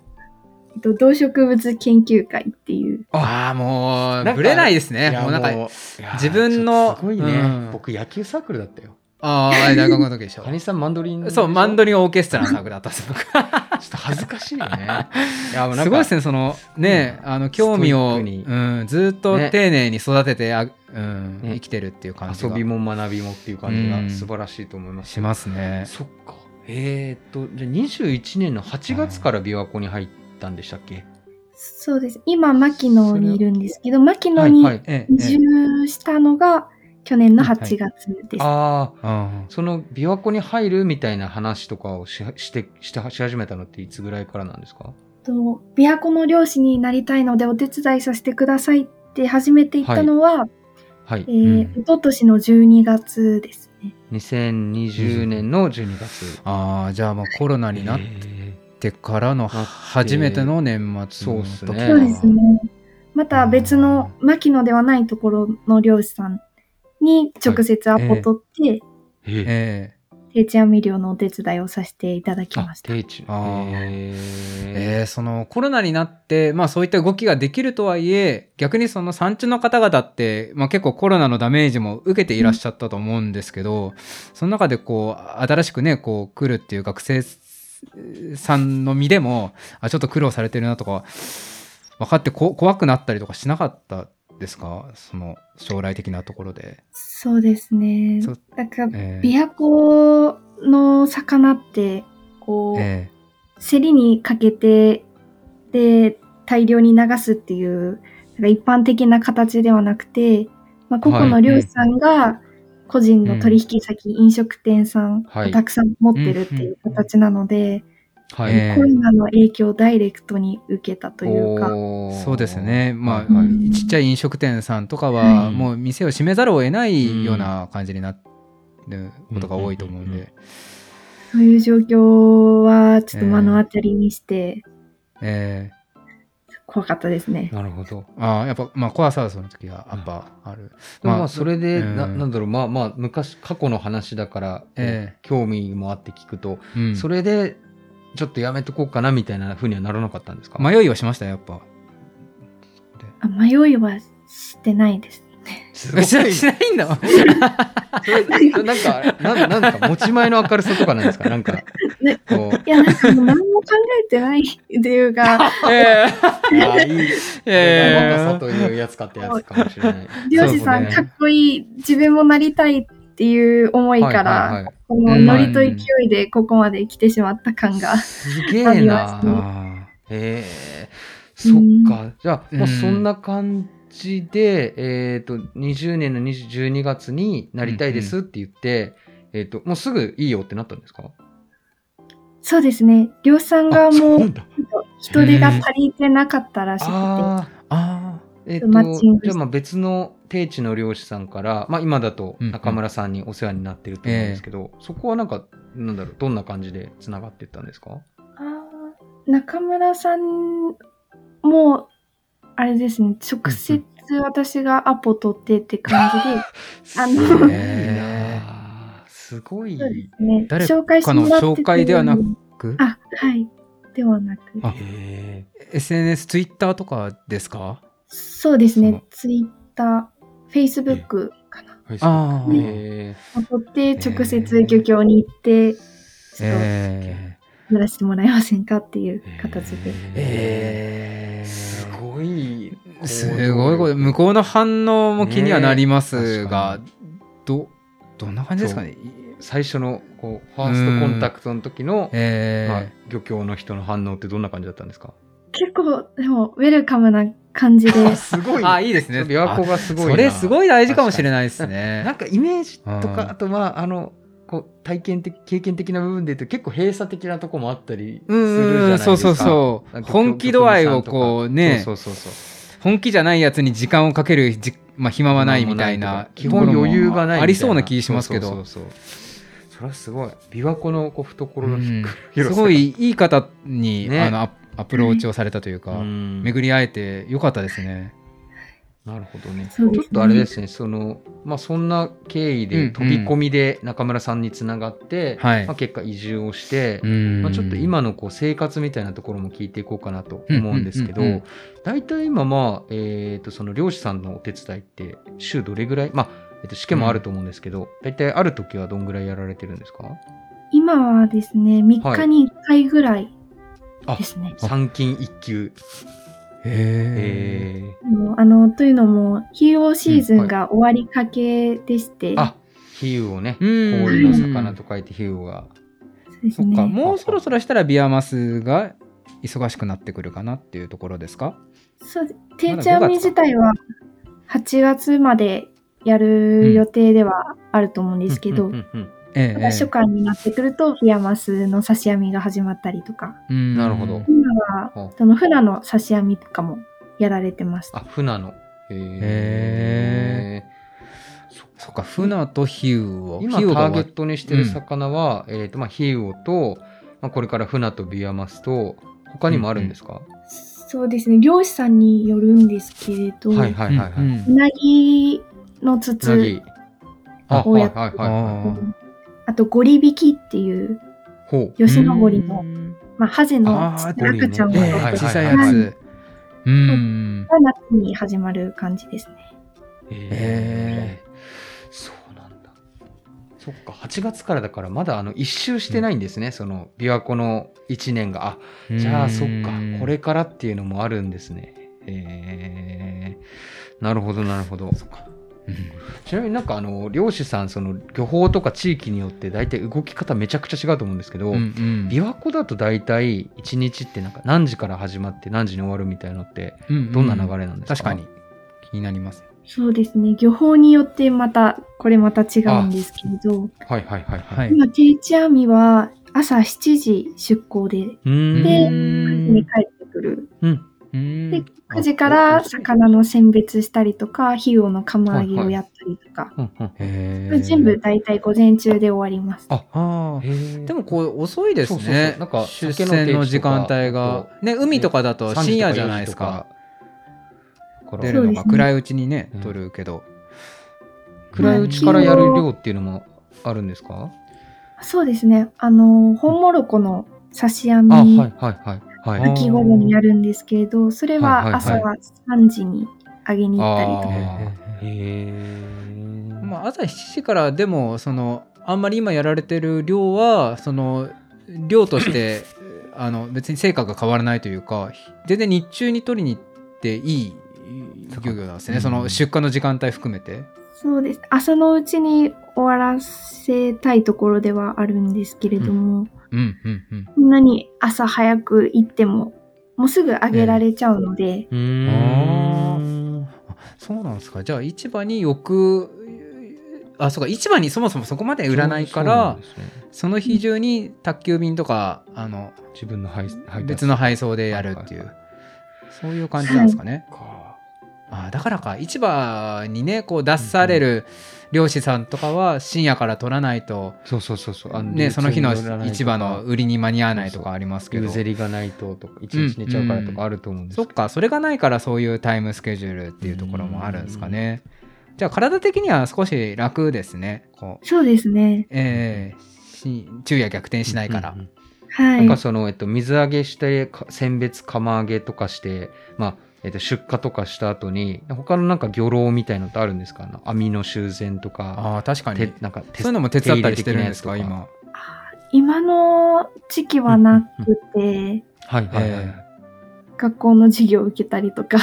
S3: えっと動植物研究会っていう。
S1: ああも
S2: なんか
S1: うぶれないですね
S2: いや
S1: もうなんか
S2: もういや
S1: 自分の
S2: ちょっとすごいね、
S1: うん
S2: 僕野球サークルだったよ。
S1: ああ大学の時でしょ
S2: カニさんマンドリンでしょ。
S1: そうマンド
S2: リ
S1: リンオーケストラのサークルだったんです僕
S2: ン。ちょっと恥ずかしいよね。 いやもうなんか
S1: すごいですねそのね、あの興味を、う
S2: ストイックに
S1: ん、ずっと
S2: ね
S1: 丁寧に育ててあ、うん
S2: ね
S1: 生きてるっていう感じ
S2: 遊
S1: が
S2: びも学びもっていう感じ
S1: う
S2: が
S1: ん
S2: 素晴らしいと思います。
S1: しますね
S2: そっか。えー、っと、じゃあ21年の8月から琵琶湖に入ったんでしたっけ、
S3: そうです。今、牧野にいるんですけど、牧野に
S2: はい。
S1: えええ
S3: 移
S1: え
S3: 住したのが去年の
S1: はい
S3: 8月です。
S1: あ
S2: ああ、
S1: あ
S2: その琵琶湖に入るみたいな話とかをししてしてし始めたのっていつぐらいからなんですか
S3: と琵琶湖の漁師になりたいのでお手伝いさせてくださいって始めていったのは、
S2: はい
S3: え。ー一昨年の12月ですね。
S2: 2020年の12月。
S1: ああじゃあもうコロナになっ
S2: え
S1: てからの
S2: ー
S1: 初めての年末の時
S2: そうっすねええ
S3: そうですね。また別の牧野ではないところの漁師さんに直接アポ取って、
S2: ーえー
S1: え
S3: 定置網漁のお手伝いをさせていただきま
S2: あ
S3: し、た。
S2: 定置。
S1: あー
S2: え
S1: え
S2: ー
S1: ええそのコロナになって、まあ、そういった動きができるとはいえ逆にその産地の方々って、まあ、結構コロナのダメージも受けていらっしゃったと思うんですけど、その中でこう新しくねこう来るっていう学生さんの身でもあちょっと苦労されてるなとか分かってこ怖くなったりとかしなかったですかその将来的なところで。
S3: そうですね
S1: そう。
S3: なんか、
S1: ええ
S3: 琵琶湖の魚って、こう、
S1: え
S3: 競りにかけて、で、大量に流すっていう、なんか一般的な形ではなくて、まあ、個々
S2: は
S3: の
S2: い
S3: 漁師さんが、個人の取引先、飲食店さん
S2: は
S3: を
S2: い
S3: たくさん持ってるっていう形なので、
S2: は
S1: え
S3: コロナの影響をダイレクトに受けたというか、
S1: え
S2: おー
S1: そうですねまあ、
S2: はいはい
S3: い
S1: ちっちゃい飲食店さんとか
S2: は
S1: はいもう店を閉めざるを得ないような感じになることが多いと思うん
S2: うんうんうん
S1: で、
S3: そういう状況はちょっと目の当たりにして
S1: え
S3: 怖かったですね。
S2: なるほど。
S1: ーああやっぱ、まあ、怖さはその時はやっぱある。
S2: まあ、
S1: まあ
S2: それで、
S1: うん
S2: ななんだろう、まあまあ、昔、過去の話だから、
S1: ええ
S2: 興味もあって聞くと、
S1: うん
S2: それで、ちょっとやめとこうかなみたいなふうにはならなかったんですか、
S1: 迷いはしましたやっぱ。
S3: あ迷いはしてないです。
S2: すご い
S1: しないしないん だ。
S2: それなんか、なんなんか持ち前の明るさとかなんですかなんか、こう。
S3: いや、なんかもう何も考えてないっていう か、
S1: え
S2: ああ、いい。
S1: え
S2: 若さというやつかってやつかもしれ ない。
S3: 漁師さ
S1: そうんですね
S3: かっこいい、自分もなりたいっていう思いから、
S2: はいはいはい
S3: この
S1: うん
S3: ノリと勢いでここまで来てしまった感 が。
S2: すげ
S3: あ
S2: え
S3: り
S2: な
S3: ま。すね
S1: あ
S2: ええ
S3: うん
S2: そっか。じゃあ、もううんそんな感じで、えっ、と、20年の20 12月になりたいですって言って、えっ、と、もうすぐいいよってなったんですか
S3: そうですね。漁師さん
S2: あ
S3: が
S2: そう
S3: も
S2: な
S3: うん
S2: だ
S3: 人手が足りてなかったらしくて、
S2: あー
S1: ーあ
S2: えっ、
S3: マッチ
S2: と、
S3: ング
S2: じゃあまあ別の定地の漁師さんから、まあ今だと
S1: うんうん
S2: 中村さんにお世話になってると思うんですけど、そこはなんか、なんだろう、どんな感じでつながっていったんですか
S3: あー中村さんも、あれですね、直接私がアポ取ってって感じで、
S2: す
S3: あの
S2: ごいな
S1: え
S2: あすごい。
S3: そうですね、
S1: 誰
S3: 紹介してもらって
S1: かの紹介ではなく
S3: くあ、はい。ではなく。
S1: あ
S2: へ
S1: あ SNS ツイッターとかですか
S3: そうです
S1: そ
S3: ね
S1: の、
S3: ツイッター、フェイスブックかな。
S2: ー
S1: あー
S2: へ
S3: を取って、直接漁協に行って、ちょっ
S1: え
S3: とやらせてもらえませんかっていう
S2: ー
S3: 形で。
S1: えー
S2: すごい
S1: ーすごいこと向こうの反応も気にはなりますが、
S2: ね
S1: どどんな感じですかね
S2: 最初のこうファーストコンタクトの時の、
S1: えー
S2: まあ、漁協の人の反応ってどんな感じだったんですか
S3: 結構、でも、ウェルカムな感じで。
S2: すごい。
S1: あ、いいですね。
S2: 琵琶湖がすごいな。
S1: それすごい大事かもしれ
S2: い。
S1: ないです
S2: なん
S1: ね。
S2: かイメージと
S1: うん
S2: か、あとまあ、あの、こう、体験的、経験的な部分で言うと結構閉鎖的なとこもあったりす
S1: う
S2: るじゃな
S1: んう
S2: いで
S1: ん、
S2: すか。
S1: そうそうそう。本気度合いをこうね、
S2: そうそうそう
S1: 本気じゃないやつに時間をかけるじ、まあ、暇はないみたいな
S2: 基本余裕がないみたいな
S1: ありそうな気しますけ
S2: そう
S1: ど
S2: そうそうそうそれはすごい琵琶湖のこう懐の
S1: うん
S2: 広さ
S1: すごいいい方に、
S2: ね
S1: あのアアプローチをされたというか、
S2: うん
S1: 巡り会えてよかったですね。
S2: なるほどねち
S3: そう
S2: ょ
S3: ですね
S2: っとあれですねそのまあそんな経緯
S1: うんう
S2: で
S1: ん
S2: 飛び込みで中村さんにつながって、
S1: はい
S2: まあ、結果移住をして、
S1: うん
S2: まあ、ちょっと今のこう生活みたいなところも聞いていこうかなと思うんですけど、
S1: うんうんうんうん
S2: 大体今まあ、えー、とその漁師さんのお手伝いって週どれぐらいまあ、えっと試験もあると思うんですけど、大体ある時はどんぐらいやられてるんですか
S3: 今はですね、3
S2: は
S3: 日
S2: い
S3: に1回ぐらいですね。
S2: 三金一級。
S1: へ
S2: えー、
S3: あのあの、というのも、ヒーローシーズンが終わりかけでして、
S2: あ比喩をね。
S1: ー
S2: 氷の魚と書いて比喩が。
S3: そうです
S1: そっ
S3: ね。
S1: か、もうそろそろしたらビアマスが忙しくなってくるかなっていうところですか。
S3: そう、定置網自体は8月までや
S1: うん
S3: る予定ではあると思うんですけ
S2: う
S3: ど
S2: んう、んうん
S1: え
S3: ただ初夏になってくると、ビアマスの刺し網が始まったりとか、
S1: うん
S2: なるほど
S3: 今は
S2: うん
S3: そのフラの刺し網とかもやられてます。
S2: あ、船の。へ
S1: へそっか、船と比喩を。
S2: 今
S1: 比
S2: タ
S1: 喩が
S2: ー
S1: 終
S2: ゲ
S1: わ
S2: ットにしてる魚は、えっ、と、まあ、比喩と、まあ、これから船とビアマスと、他にもあるんですか、
S3: そうですね、漁師さんによるんですけれど、
S2: はいは
S1: う
S2: い
S1: ん
S2: はいは
S1: う
S2: い。
S1: ん
S3: うなぎの
S2: つな
S3: 筒、
S2: ぎ。あ、
S3: こう
S2: はい
S3: や
S2: はい
S3: って
S2: はい。
S1: あー
S3: あとゴリ引きっていう、
S2: ほう。
S3: 吉野ゴリの、
S1: うん
S3: まあ、ハゼの
S1: あ
S3: ち
S1: ー
S3: っちゃな赤ちゃん
S1: え
S2: ゴ
S3: の
S2: リね
S1: え
S2: はいはいはい
S1: 小さいやつ。うん。
S3: が夏に始まる感じですね。
S1: へ
S2: えそうなんだそっか8月からだからまだあの一周してないんですね、その琵琶湖の1年があじゃあそっかこれからっていうのもあるんですねへえなるほどなるほど
S1: うん
S2: ちなみになんかあの漁師さんその漁法とか地域によって大体動き方めちゃくちゃ違うと思うんですけど、
S1: うんうん
S2: 琵琶湖だと大体1日ってなんか何時から始まって何時に終わるみたいのって
S1: うう
S2: どんな流れなんですか、
S1: 確かに気になります。
S3: そうですね、漁法によってまた、これまた違うんですけれど、
S2: はいはいはいはい、
S1: はい。
S3: 今、定置網は朝7時出港で、
S2: うーん
S3: で
S1: うん
S3: に帰ってくる。
S2: うん
S1: うん
S3: で、9時から魚の選別したりとか、費用の釜揚げをやったりとか、
S2: うんうん
S1: へー
S3: 全部全部大体午前中で終わります。
S1: あーで
S2: でも
S1: もこう遅いですね
S2: そうそうそうなんか
S1: 出船の時間帯が
S2: 酒の定時と
S1: ね海とかだと
S2: 3
S1: 深
S2: 時と
S1: 夜じゃないですか
S2: 4時とか
S1: 出
S2: から
S1: るのが
S3: そうですね
S1: 暗いうちにね
S2: うん
S1: 撮るけど、
S2: 暗いうちからやる量っていうのもあるんですか
S3: そうですね、あの、ホンモロコの刺し網、
S2: あはいはいはいはい
S3: 秋頃にやるんですけれど、それ
S2: はいはい
S3: は
S2: はい
S3: 朝3時に揚げに行ったりとか。
S2: あーへえ
S1: まあ、朝7時からでもそのあんまり今やられてる量はその量としてあの別に成果が変わらないというか全然日中に取りに行っていい漁業なんですね、
S2: うん
S1: その出荷の時間帯含めて。
S3: そうです。朝のうちに終わらせたいところではあるんですけれども、
S1: うんうんうん
S3: そんなに朝早く行っても、もうすぐ揚げられちゃうので、
S2: うーん
S1: そうなんですかじゃあ市場に翌あそうか市場にそもそもそこまで売らないか
S2: そうな
S1: ら
S2: ん
S1: そ
S2: ですね
S1: の日中に宅急便とかあの
S2: 自分の配配達
S1: 別の配送でやるっていう、
S2: はいは
S1: そういう感じなんですかね。
S2: か
S1: あだからか市場にねこう出される漁師さんとかは深夜から取らないと、
S2: そうそうそうそうあ
S1: ね、その日の
S2: 流通に乗らないとか
S1: 市場の売りに間に合わないとかありますけど
S2: ゆゼリがないととか一日寝ちゃうからとかあると思うんです
S1: そっかそれがないからそういうタイムスケジュールっていうところもあるんですかね。じゃあ体的には少し楽ですね。こう
S3: そうですね。
S1: えーし昼夜逆転しないから。
S2: うんうんうん
S3: は
S2: ないん。かその、えっと、水揚げしてか選別釜揚げとかして、まあえっと、出荷とかした後に他のなんか漁労みたいのってあるんですかあの網の修繕とか
S1: ああ確かに
S2: てなんか手
S1: そういうのも手伝ったりしてるんですか
S2: 手入れ的な
S1: 今。
S3: 今の時期はなくて、
S2: はいはいはい、
S1: え
S3: 学校の授業を受けたりとか、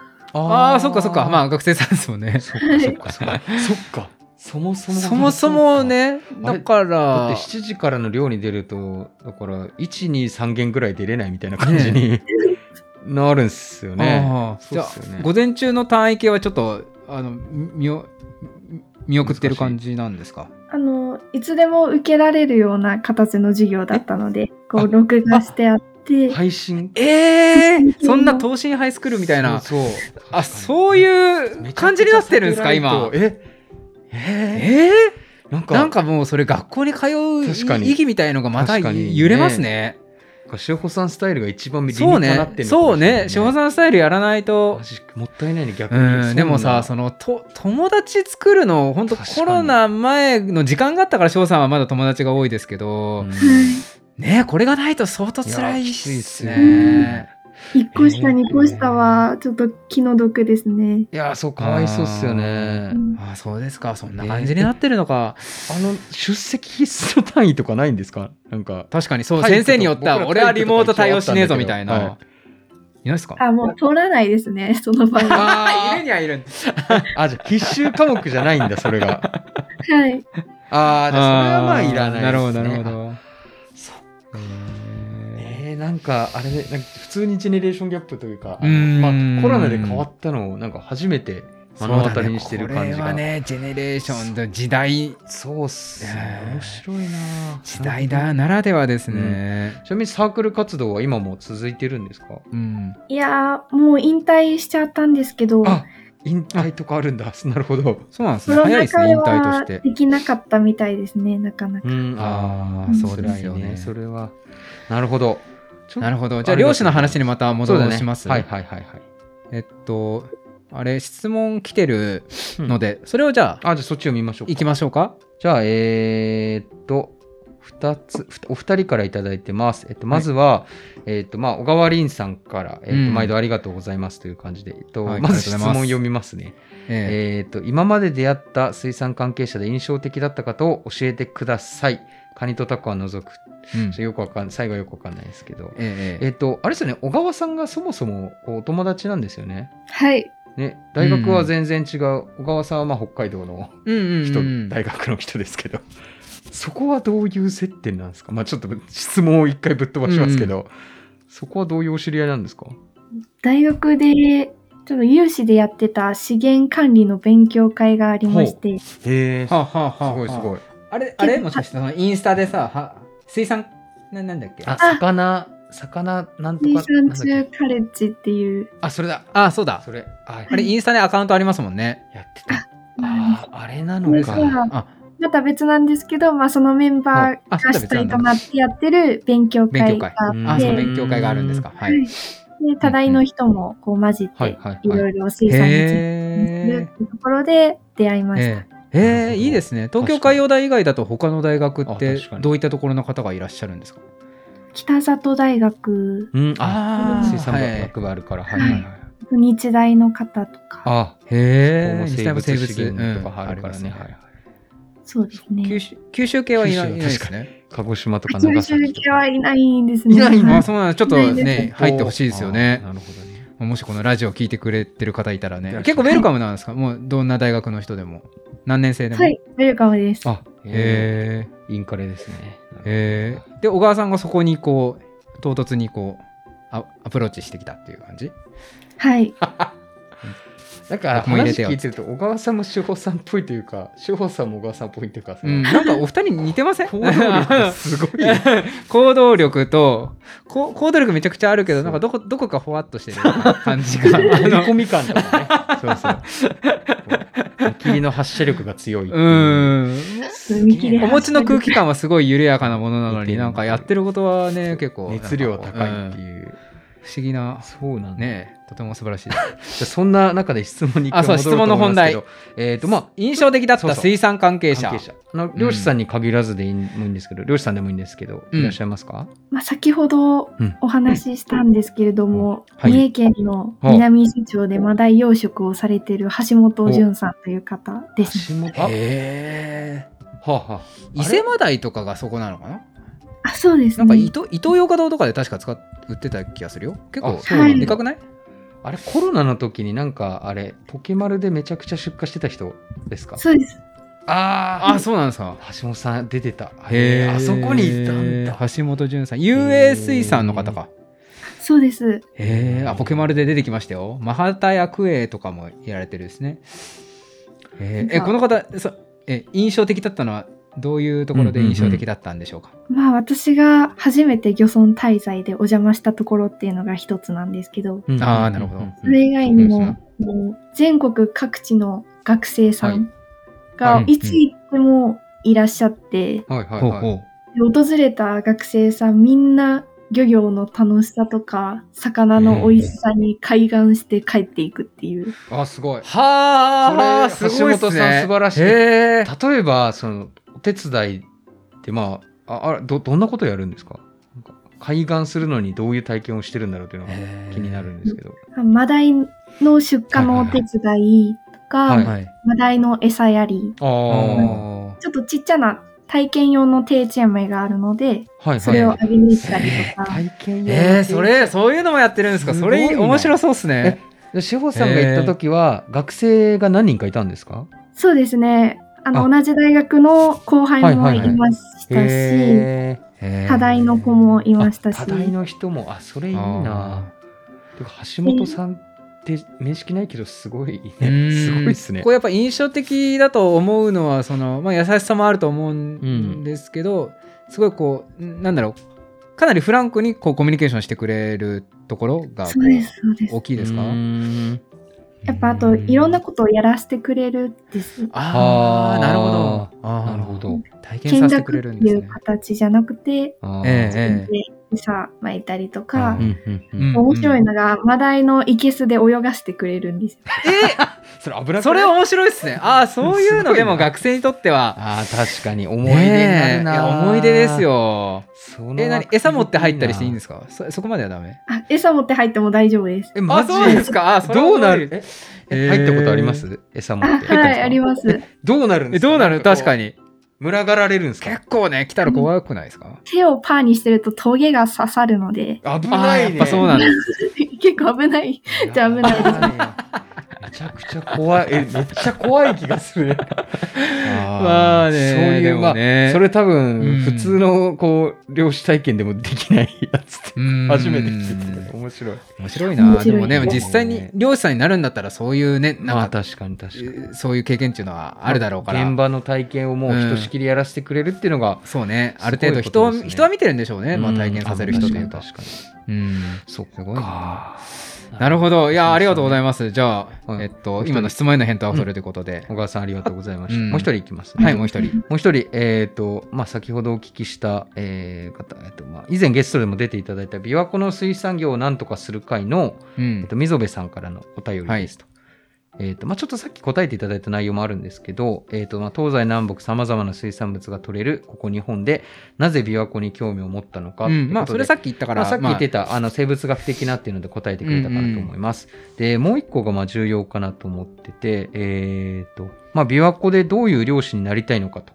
S1: ああーそっかそっかま
S2: あ
S1: あ学生さんですもんね。
S2: そっかそっかそ っかそっかそもそも
S1: そもそもね
S2: あ
S1: だ
S2: れ
S1: から
S2: だって7時からの漁に出るとだから123軒ぐらい出れないみたいな感じになるんすよね
S1: あ。ー
S2: そ
S1: じ
S2: う
S1: ゃ
S2: っ
S1: あ
S2: すよね
S1: 午前中の単位系はちょっとあの見お見送ってる感じなんですか
S3: あの、いつでも受けられるような形の授業だったので、こ
S2: あ
S3: う、録画してあって、
S2: 配信
S1: ええそんな東進ハイスクールみたいな
S2: そう
S1: あそう
S2: う
S1: いう感じになってるんですか今
S2: ええ
S1: ええ
S2: ーなんか
S1: なんかもうそれ学校に通う
S2: 確かに
S1: 意義みたいのがまた
S2: 確かにね
S1: 揺れますね。
S2: 塩穂さんスタイルが一番理に
S1: そう
S2: かな
S1: ね
S2: ってる。のか
S1: そ
S2: も
S1: う
S2: しれない
S1: ね。昭和さんスタイルやらないと
S2: マ。ジもったいないね逆
S1: う
S2: に、そ
S1: ん、でもさ
S2: そ
S1: そのと友達作るの本当
S2: 確かに
S1: コロナ前の時間があったから翔さんはまだ友達が多いですけど、ねこれがないと相当辛いっす
S2: いやきついっす
S1: ね
S2: ね。
S3: 1個下、
S2: えー
S3: 2個下は、ちょっと気の毒ですね。
S2: いやそうかわいそうっすよね
S3: うん
S1: あそうですかそんな感じになってるのか、
S2: あの出席必須の単位とかないんですかなんか
S1: 確かにそう
S2: 体
S1: 先
S2: 育と
S1: 生によっては
S2: 僕
S1: 俺
S2: ら
S1: は
S2: 体
S1: リ
S2: 育とか
S1: モート対応しねえぞみ
S2: 一応
S1: た
S2: あった
S1: い
S2: んだけど
S1: な、い、ないですか
S3: あ、もう通らないですね、その場合は。
S1: あーいるにはいるん
S2: あじゃあ必修科目じゃないんだそれが
S3: はい。
S2: ああじゃあそれはまあ
S1: ー
S2: いらないです、ね、
S1: なるほどなるほ
S2: あ
S1: ど
S2: そ
S1: え
S2: えー、なんかあれねなんか普通にジェネレーションギャップというかあの
S1: うーん
S2: まあ、コロナで変わったのをなんか初めて目の当たりにしてる感じ
S1: そう
S2: が
S1: だねこれはねジェネレーションの時代
S2: そうっすね
S1: いやー
S2: 面白いな
S1: 時代だならではですね、
S2: ちなみにサークル活動は今も続いてるんですか
S1: うん
S3: いやー、もう引退しちゃったんですけど、
S2: あ引退とかあるんだ なるほど
S1: そうなんです
S3: コ
S1: ね
S3: ロ
S1: 早い
S3: ナ
S1: ですね
S3: 禍
S1: 引退と
S3: は
S1: して
S3: できなかったみたいですね、なかなか。
S2: うん
S1: ああ
S3: ーうん
S1: そうですよね
S2: それはなるほどちょ
S1: なるほどじゃ
S2: あ
S1: あ
S2: りがとう
S1: 漁師の話にまた
S2: そうだ
S1: 戻
S2: ね
S1: します、
S2: はいはいはいはい
S1: えっとあれ質問来てるので、
S2: で、
S1: それをじゃあ
S2: あじゃあそっちを見ましょうか
S1: 行きましょうか
S2: じゃあ、えーっと、二つ、ふたお二人からいただいてます。えっと、まずは、えーっと、まあ、小川凛さんから、えっと、
S1: うん
S2: 毎度ありがとうございますという感じで、えっと、
S1: はい
S2: まず質
S1: ありがとうござい
S2: 問
S1: ます
S2: 読みますね。
S1: え
S2: えーっと、今まで出会った水産関係者で印象的だった方を教えてください。カニとタコは除く。ちょ
S1: えうん
S2: っとよくわかん最後はよくわかんないですけど。
S1: ええ
S2: えっと、あれですよね、小川さんがそもそもお友達なんですよね。
S3: はい。
S2: ね、大学は全然違う。小川さんはまあ北海道の
S1: うんうんうん
S2: 人、大学の人ですけど そこはどういう接点なんですかまあちょっと質問を一回ぶっ飛ばしますけど、そこはどういうお知り合いなんですか
S3: 大学で、ちょっと有志でやってた資源管理の勉強会がありまして、
S2: へえす
S1: はあはあはあ
S2: ごいす
S1: い
S2: ごい
S1: あれあれもしかしてそのインスタでさは水産ななんだっけ
S2: あ魚魚なんと
S3: 水
S2: かなん
S3: 産
S2: だっ
S3: 中
S2: け
S3: カレッジっていう、
S2: あそれだ
S1: あそうだ
S2: それあ
S1: あれインスタでアカウントありますもんね
S2: やってた
S3: ま
S2: あーあれな
S3: あ
S2: の
S3: そう
S2: か
S1: あ
S3: た別なんですけど、まあ、そのメンバー
S1: あ
S3: が
S1: そうだ別
S3: 主
S1: な
S3: 体
S1: んだ
S3: となってやってる勉強
S1: 勉強
S3: 会が
S1: 会
S3: あ
S2: うん
S3: っ
S1: あ
S3: て、
S1: その勉強会があるんですかはい
S3: はいで、多大の人もこう混じっ
S2: は
S3: て
S2: い、はい
S3: い
S2: は
S3: ろ
S2: い
S3: いろ水産についてする
S1: へ
S3: っていうところで出会いました。
S1: ええ
S2: なるほど
S1: えいいですね東京海洋大以外だと他の大学っ
S2: あ
S1: て
S2: 確かに
S1: どういったところの方がいらっしゃるんですか
S3: 北里大学、
S2: うんあ
S3: ー
S2: 水産
S1: は
S2: 部
S1: い
S2: 学部あるからはいはいはい
S3: 日大の方とか、
S2: あ
S1: へえ
S2: 生
S1: 西大も
S2: 物
S1: 生
S2: 資源とかあるからね、
S1: うん
S2: はいはい
S3: そうですね
S1: 九。州九州系はいないい
S2: 九州
S1: ないですね
S2: 鹿児島とか
S3: 九
S2: 長
S3: 州
S2: 崎と
S3: 系
S2: か
S3: はいないんですね。
S2: いないの
S1: あ
S3: は
S1: そうなのちょっと
S3: いないです
S1: ね入ってほしいですよね
S2: あーなるほどね
S1: もしこのラジオ聞いてくれてる方いたら
S2: い
S1: ね
S2: や
S1: 結構ウェルカムなんですかもうどんな大学の人でも何年生でも
S3: はい、ウェルカムです。
S2: あ、え
S1: へー
S2: インカレですね。
S1: えーで小川さんがそこにこう唐突にこうあアプローチしてきたっていう感じ
S3: はい。
S2: だから
S1: 僕も入れてよ
S2: 話聞いてると小川さんも志保さんっぽいというか、志保さんも小川さんっぽいというか、その
S1: うん、なんかお二人似てま せん
S2: 行動力がすごい。
S1: 行動力とこ行動力めちゃくちゃあるけどなんかどこどこかほわっとしてる感じ があ
S2: 追い
S1: の
S2: 込み感とかね。 そうそう。霧の発射力が強いっていう
S1: ーん
S3: 見切れ
S1: お
S3: 派
S1: 持ちの空気感はすごい緩やかなものなの
S2: 似て
S1: に
S2: る
S1: なんかやってることはね結構
S2: 熱量高いって
S1: うん
S2: いう。
S1: 不思議な
S2: そうなんだ。
S1: ねとても素晴ら しいです
S2: じゃあそんな中で質問に一
S1: あ
S2: 回
S1: そう
S2: 戻ろうと思うんですけど
S1: 質問の。
S2: えっとまあ
S1: 印象的だった水産関係者
S2: 関係者あの漁師さんに限らずでいいもいいんですけど、漁師さんでもいいんですけど、
S1: うん
S2: いらっしゃいますか
S3: まあ、先ほど
S2: うん
S3: お話ししたんですけれども、
S2: うんはい
S3: 三重県の南伊勢町でマダイ養殖をされている橋本淳さんという方ですね。
S2: 橋本あ
S1: へえ
S2: はあはあ
S1: 伊勢マダイとかがそこなのかな
S3: あ、そうです
S1: なんか
S3: ね
S1: 伊。藤伊東洋華堂とかで確か使っ売ってた気がするよ結構
S2: あそう
S3: なんだ
S1: でかくない
S2: あれコロナの時になんかあれポケマルでめちゃくちゃ出荷してた人ですか
S3: そうです。
S2: あ
S1: あそうなんですか
S2: あ橋本さん出てた
S1: へえ
S2: あそこにいたんだ
S1: 橋本潤さん UA 水産の方か
S3: そうです。
S1: えー、あ、ポケマルで出てきましたよ。マハタヤクエとかもやられてるですね。えーえ、この方、そえ、印象的だったのは、どういうところで印象的だったんでしょうか。
S3: まあ私が初めて漁村滞在でお邪魔したところっていうのが一つなんですけど、
S2: うん
S1: あーなるほど
S2: うん
S3: それ以外に
S1: そう
S3: も
S1: で
S3: もう全国各地の学生さん
S1: は
S3: が
S1: い
S3: いつ行ってもいらっしゃって、
S2: はいはい
S1: ほう
S2: はい。
S1: ほ。。
S3: で訪れた学生さんみんな漁業の楽しさとか魚の美味しさに開眼して帰っていくっていう、
S2: あ、すごいう
S1: はあ、
S2: それ
S1: すごいっすね
S2: 橋本さん素晴らしい
S1: えー
S2: 例えば、その、お手伝いって、まあ、ああれど、どんなことやるんですかなんか海岸するのにどういう体験をしてるんだろうっていうのが
S1: えー
S2: 気になるんですけど。
S3: マダイの出荷のお手伝いとか、
S2: はい
S1: はい。
S3: マダイの餌やり
S2: ああ、
S1: あ
S3: ちょっとちっちゃな体験用の定置網があるので、
S2: はいはい。
S3: それをあげに行ったりとか、
S2: 体験
S1: ー
S2: 用
S1: えー、それ、そういうのもやってるんですか。
S2: す
S1: そ
S2: ごいな
S1: れ、面白そうっすね。
S2: で志保さんが行った時は、学生が何人かいたんですか
S3: そうですね。あの
S2: あ
S3: 同じ大学の後輩
S2: はいは
S3: も
S2: いはい
S3: いましたし、
S2: へー
S1: えー
S3: 多大の子もいましたし
S2: あ、多大の人も、あ、それいいな。てか橋本さんって面識ないけど、すごいね。すごいですね
S1: こ。れやっぱ印象的だと思うのはその、まあ、優しさもあると思うん
S2: ん
S1: ですけど、すごいこうんなんだろうかなりフランクにこうコミュニケーションしてくれるところがこ
S3: そうです、そうです。
S1: 大きいですか
S2: うーん
S3: やっぱあと、いろんなことをやらせてくれるです。
S1: ああなるほどあー
S2: なるほど。
S1: 体験さ
S3: 見
S1: せて
S3: 学
S1: くれる
S3: っ
S1: ん
S3: て
S1: で
S3: い
S1: す
S3: う
S1: ね。
S3: 形じゃなくて、
S2: あー
S1: えええ
S3: 餌巻いたりとか
S1: う、んうん
S3: 面白いのが、マダイの生けすで泳がせてくれるんですよ。
S2: それ油
S1: それ
S2: を
S1: 面白いっすね。ああそういうのでも学生にとっては
S2: あー確かに思い出になる
S1: ねえい
S2: な、
S1: や思い出ですよ。
S2: その
S1: え何餌持って入ったりしていいんですすかそそこまではダメ
S3: あ餌持って入っても大丈夫です。
S2: えマ
S1: あそうです
S2: ジ
S1: かあーそれは
S2: どうな
S1: 面白い
S2: る
S1: へ
S2: え
S1: ー
S2: 入ったことあります餌持
S3: あ、
S2: って
S3: はい、あります。
S2: どうなるんで
S1: え
S2: すか
S1: どうなる確か
S2: に
S1: に
S2: 群がられるんですか
S1: 結構ね来たら怖くないですか
S3: 手をパーにしてるとトゲが刺さるので、
S2: 危
S1: あ
S2: な
S1: ー
S2: い
S1: やっ
S2: ね
S1: ぱそうなんだ
S3: 結構危ない。
S2: い
S3: じゃあ危ないです
S2: いめちゃくちゃ怖いえめっちゃ怖い気がするあー
S1: まあね
S2: そうい
S1: で
S2: う
S1: も
S2: まあ
S1: ね
S2: それ多
S1: うん
S2: 分普通のこう漁師体験でもできないやつって
S1: うん
S2: 初めて聞いてた面白い
S1: 面白いな
S3: 面白い
S1: でもね
S3: ね
S1: 実際に漁師さんになるんだったらそういうね
S2: ま
S1: な
S2: あ
S1: んか、
S2: 確かに確かに
S1: えそういう経験っていうのはあるだろうから、
S2: 現場の体験をもうひとしきりやらせてくれるっていうのが、
S1: そうねある
S2: す
S1: 程
S2: ご
S1: 度
S2: いこ
S1: 人
S2: と
S1: は、
S2: ですね
S1: 人は見てるんでしょうね、まあ、
S2: うん
S1: 体験させる人というか
S2: 確かに確か
S1: うん
S2: にそう
S1: すごいな
S2: な
S1: なるほどいやありがとうございますじゃあ、
S2: はい
S1: えっと今の質問への返答はそれということで、
S2: 小川さんありがとうございま
S1: う
S2: した、
S1: ん
S2: もう一人いきますね、
S1: はいもう一人
S2: もう一人、えっ、と、まあ、先ほどお聞きした、えー方、えっ、と、まあ、以前ゲストでも出ていただいた、琵琶湖の水産業をなんとかする会の、
S1: う
S2: えっ、
S1: ん
S2: と、溝部さんからのお便りですと。えっ、と、まあ、ちょっとさっき答えていただいた内容もあるんですけど、えっ、と、まあ、東西南北様々な水産物が取れる、ここ日本で、なぜ琵琶湖に興味を持ったのか、
S1: うんまあそれさっき言ったか
S2: だから
S1: ら、
S2: さっき
S1: ま
S2: 言
S1: あ
S2: ってた、あ、の生物学的なっていうので答えてくれたかなと思います。でもう一個がまあ重要かなと思ってて、えーとまあ、琵琶湖でどういう漁師になりたいのかと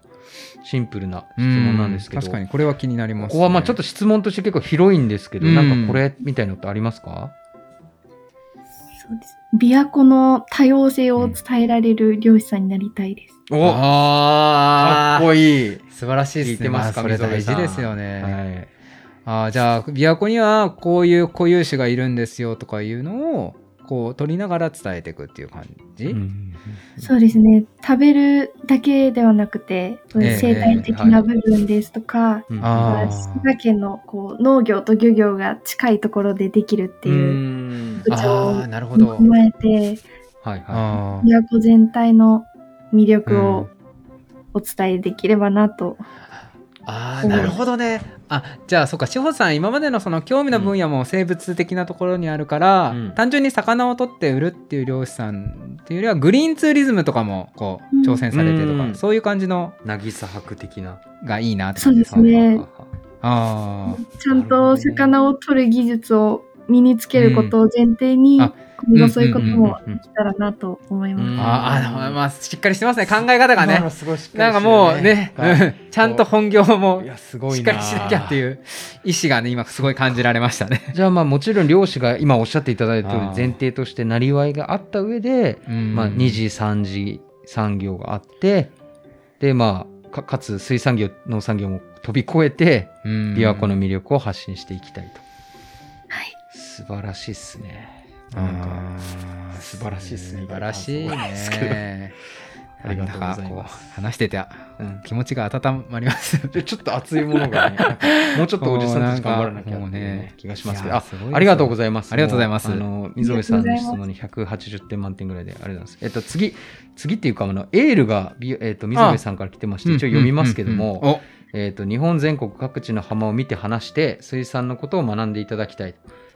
S2: シンプルな質問なんですけど
S1: う確かにこれは気になります、ね、
S2: ここはまあちょっと質問として結構広いんですけど、
S1: うん
S2: なんかこれみたいなのってありますか、
S3: そうです。琵琶湖の多様性を伝えられる漁師さんになりたいです。
S2: おか
S1: あ
S2: っ
S1: ー
S2: こいい
S1: 素晴らしい
S2: 聞
S1: で
S2: い
S1: すね
S2: て
S1: ま
S2: ま
S1: あ
S2: すか、
S1: それ
S2: 溝部
S1: 大
S2: さん
S1: 事ですよね、
S2: はい
S1: あーじゃあ琵琶湖にはこういう固有種がいるんですよとかいうのをこう取りながら伝えていくっていう感じ、
S2: うん
S3: そうですね。食べるだけではなくて、そういう生態的な部分ですとか、
S2: うん
S1: あー
S3: 滋賀県のこう農業と漁業が近いところでできるっていう
S2: うん
S3: 部長
S1: あーなるほ
S3: のを
S1: ど
S3: 踏まえて、
S2: はいは
S1: あー
S3: 琵琶湖全体の魅力をお伝えできればなと。
S1: あ
S3: う
S1: ー
S3: ん
S1: なるほどねあじゃあそっか志保さん今までのその興味の分野も生物的なところにあるから、
S2: うん
S1: 単純に魚を取って売るっていう漁師さんっていうよりはグリーンツーリズムとかもこ
S3: うん
S1: う挑戦されてとか、
S2: うん
S1: そういう感じの
S2: い渚博的な
S1: がいいなって感じです
S3: そうですね
S1: あー
S3: ちゃんと魚を取る技術を身につけることを前提に、
S1: うんあ
S3: 今後そういうことも
S2: うんうんうんうん
S3: できたらなと思います。
S2: うん
S1: あーあーまあしっかりしてますね考え方が
S2: 今
S1: ね
S2: のすごいしっかりしてる
S1: なんかもうね、
S2: はい
S1: うんちゃんと本業も
S2: いやすごいな
S1: しっかりしなきゃっていう意思がね今すごい感じられましたね。
S2: じゃあまあもちろん漁師が今おっしゃっていただいた通り
S1: あー
S2: 前提としてなりわいがあった上で、まあ、2次3次産業があってでまあかかつ水産業農産業も飛び越えて
S1: 琵
S2: 琵琶湖の魅力を発信していきたいと、
S3: はい
S2: す素晴らしいっすね。なんか
S1: あー
S2: 素晴らしいっすね
S1: 素晴らしい
S2: みたいな感想なん
S1: ね。
S2: ありがとうござい
S1: なんだ
S2: ま
S1: かこ
S2: す
S1: う話してて
S2: うん
S1: 気持ちが温まります。
S2: でちょっと熱いもの がね、なんかもうちょっとおじさんたち頑張らなきゃっていう
S1: もうね
S2: ね気がしますけ
S1: い
S2: ど、
S1: や
S2: あ
S1: すごいですよ
S2: ありがとうございます。
S1: ありがとうございます
S2: もあの水上さんの質問に180点満点ぐらいでありがとうございます。えっと次次っていうかあのエールがびえっと水上さんから来てまして一応読みますけども、
S1: うんうんうんうん。
S2: えー、と日本全国各地の浜を見て話して水産のことを学んでいただきたい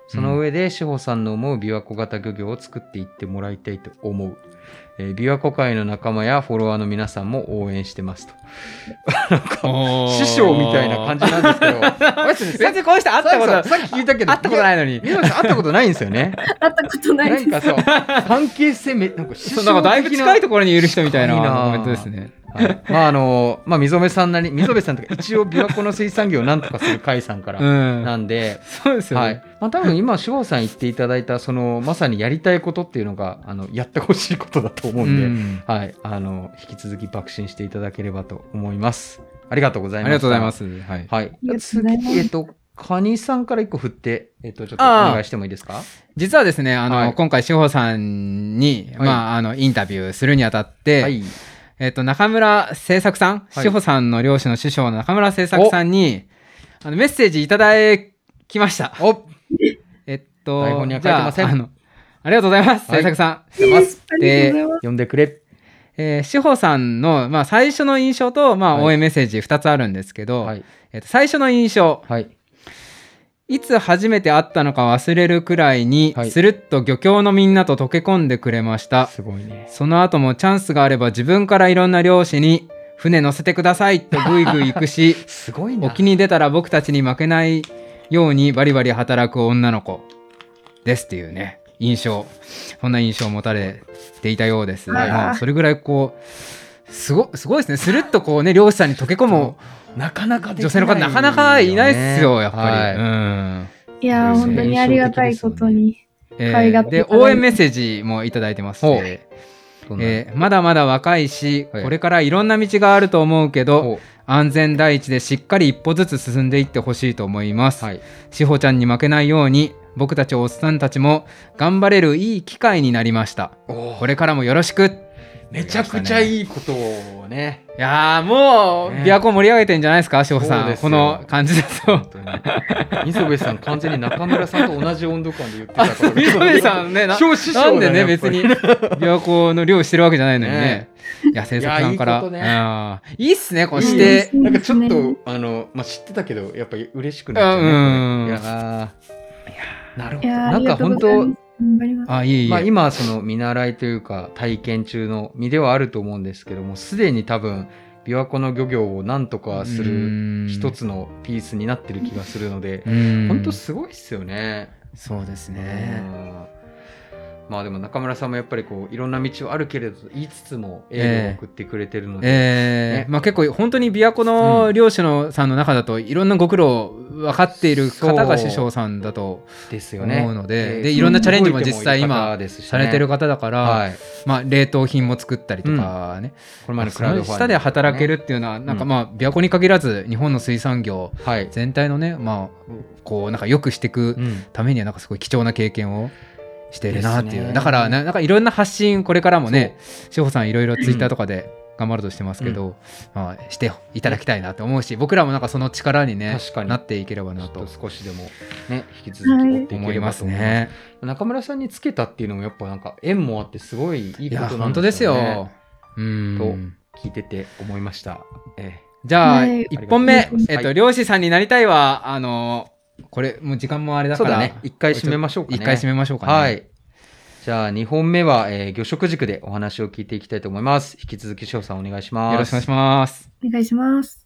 S2: その上で、志保さんの思う琵琶湖型漁業を作っていってもらいたいと思う、えー琵琶湖界の仲間やフォロワーの皆さんも応援してますと
S1: お
S2: 師匠みたいな感じなんですけど あいつねさ
S1: 全然この人会ったこ
S2: さ
S1: と
S2: さっき聞いたけど
S1: 会ったことないのに。
S2: 水上さん会ったことないんですよね
S3: 会ったことない
S2: なん か
S3: です。
S2: そう関係性めなんか師
S1: そ
S2: 匠
S1: うなんかだいぶ
S2: 的
S1: 近いところにいる人みたいな
S2: 近いな
S1: コメントですね。
S2: はいまああのまあ溝目さんなり溝目さんとか一応琵琶湖の水産業をなんとかする会さんか
S1: う。
S2: らなんんで、
S1: そうですよ
S2: は
S1: ね
S2: い。まあ、多分今、志保さん言っていただいた、その、まさにやりたいことっていうのが、あの、やってほしいことだと思う
S1: うん
S2: で、
S1: ん
S2: はい。あの、引き続き爆心していただければと思います。ありがとうござ
S1: あ
S2: い
S1: り
S2: ま
S1: が
S2: す。。
S1: とうございますす。はい。
S2: はい
S3: りがとうござい。ます
S2: 次、えっと、カニさんから一個振って、えっと、ちょっとお願いしてもいいですか
S1: 実はですね、あの、
S2: はい
S1: 今回、志保さんに、
S2: はい
S1: まあ、あの、インタビューするにあたって、
S2: はい。
S1: えっと、中村製作さん、
S2: はい
S1: 志保さんの漁師の師匠の中村製作さんに、あの、メッセージいただきました。
S2: お
S1: えっと、
S2: 台本には書いてません
S1: じゃああのありがとうございます、
S2: はい
S1: 製作さん。
S2: 出 ます。
S3: ありがとうございます。
S2: 呼んでくれ。
S1: えー、志保さんの、まあ、最初の印象と、まあ、
S2: はい
S1: 応援メッセージ2つあるんですけど、
S2: はい。
S1: えっと、最初の印象、
S2: はい。
S1: いつ初めて会ったのか忘れるくらいに、
S2: はい
S1: スルッと漁協のみんなと溶け込んでくれました。
S2: すごいね。
S1: その後もチャンスがあれば自分からいろんな漁師に船乗せてくださいとぐいぐい行くし
S2: すごいな。
S1: 沖に出たら僕たちに負けないようにバリバリ働く女の子ですっていうね印象そんな印象を持たれていたようです、
S3: はい
S1: まあそれぐらいこうすごすごいですねスルッとこうね漁師さんに溶け込む
S2: なかなかできい
S1: 女性の方なかなかいないっすよやっぱり、
S2: はい
S1: うん
S3: いやー、本当にありがたいことに。
S1: え
S3: 可愛がっ
S1: ー、で
S3: ていただいて
S1: 応援メッセージもいただいてます
S2: ほう
S1: ね
S2: そうなんです
S1: えーまだまだ若いし、
S2: はい
S1: これからいろんな道があると思うけど
S2: お
S1: 安全第一でしっかり一歩ずつ進んでいってほしいと思います、
S2: はい。
S1: 志保ちゃんに負けないように僕たちおっさんたちも頑張れるいい機会になりました
S2: お
S1: これからもよろしく
S2: めちゃくちゃいいことをね。
S1: いやーもう
S2: ね
S1: 琵琶湖盛り上げてんじゃないですか志保
S2: そう
S1: さ
S2: で
S1: ん
S2: すよ
S1: この感じだ
S2: 本
S1: と
S2: 当に磯部さん完全に中村さんと同じ温度感で言ってたか ら
S1: 水上さんねな
S2: 超師匠だ
S1: なんでね
S2: やっぱ
S1: 別
S2: り
S1: に琵琶湖の漁してるわけじゃないのにね
S2: ね
S1: いや制作さんか
S2: いやい
S1: ら
S2: いことね
S1: あーいいっすねこう
S2: いい
S1: し
S3: で
S1: て
S3: すね
S2: なんかちょっとあの、まあ、知ってたけどやっぱり嬉しくなっちゃう
S1: うん
S2: ねこれいやーなるほ
S3: い
S2: ど
S3: やー、
S2: な
S3: あ
S2: ん
S3: り
S2: か
S3: がとう
S2: 本
S3: ござい
S2: 当
S3: ます。頑張ります。
S1: あいいいい、
S2: まあ、今その見習いというか体験中の身ではあると思うんですけどもすでに多分琵琶湖の漁業をなんとかする一つのピースになってる気がするので本
S1: 本
S2: 当すごいっすよね。
S1: そうです
S2: う
S1: ね。
S2: んまあでも中村さんもやっぱりこういろんな道はあるけれどと言いつつもエールを送ってくれてるので、
S1: え
S2: ね
S1: ーまあ、結構本当に琵琶湖の漁師のさんの中だといろんなご苦労分かっている方が師匠さんだと
S2: ですよね。
S1: 思うので,、
S2: えー
S1: でいろんなチャレンジも実際
S2: 動い
S1: 今
S2: てもいる方ですしね
S1: されてる方だから、
S2: はい、
S1: まあ、冷凍品も作ったりとかね、
S2: この
S1: まあ
S2: 前の
S1: そ
S2: クラウ
S1: の
S2: ドファン
S1: 下で働けるっていうのは、なんかまあ琵琶湖に限らず日本の水産業
S2: はい、
S1: 全体のね、まあ、こうなんか良くしていく
S2: うん
S1: ためにはなんかすごい貴重な経験をしてるなっていう、
S2: ですね
S1: だからななんかいろんな発信これからもね志保さんいろいろツイッターとかで頑張るとしてますけど、まあ、していただきたいなと思うし僕らもなんかその力に,、ね、
S2: 確かに
S1: なっていければな
S2: ちょ
S1: と
S2: っと少しでもね引き続き追ってい
S1: 思
S2: け
S1: い
S2: れば
S1: ます
S2: と思います,、
S1: ね。
S2: 中村さんにつけたっていうのもやっぱなんか縁もあってすごいいい
S1: い
S2: こ
S1: や
S2: とな
S1: 本
S2: ん
S1: 当です
S2: よね。
S1: よ。うん
S2: 聞いてて思いました。え
S1: じゃあ、
S3: はい
S1: 一本目
S2: ありがとうございま、す
S1: えっ
S2: は
S1: と、
S2: い
S1: 漁師さんになりたいは、あの、これ、もう時間もあれ
S2: え
S1: だ
S2: そ
S1: か
S2: う
S1: ら、
S2: だね一回締めましょうかね。
S1: 一回締めましょうかね。
S2: はい。じゃあ2本目は、えー魚食塾でお話を聞いていきたいと思います。引き続き翔さんお願いします。
S1: よろしくお願いします。
S3: お願いします。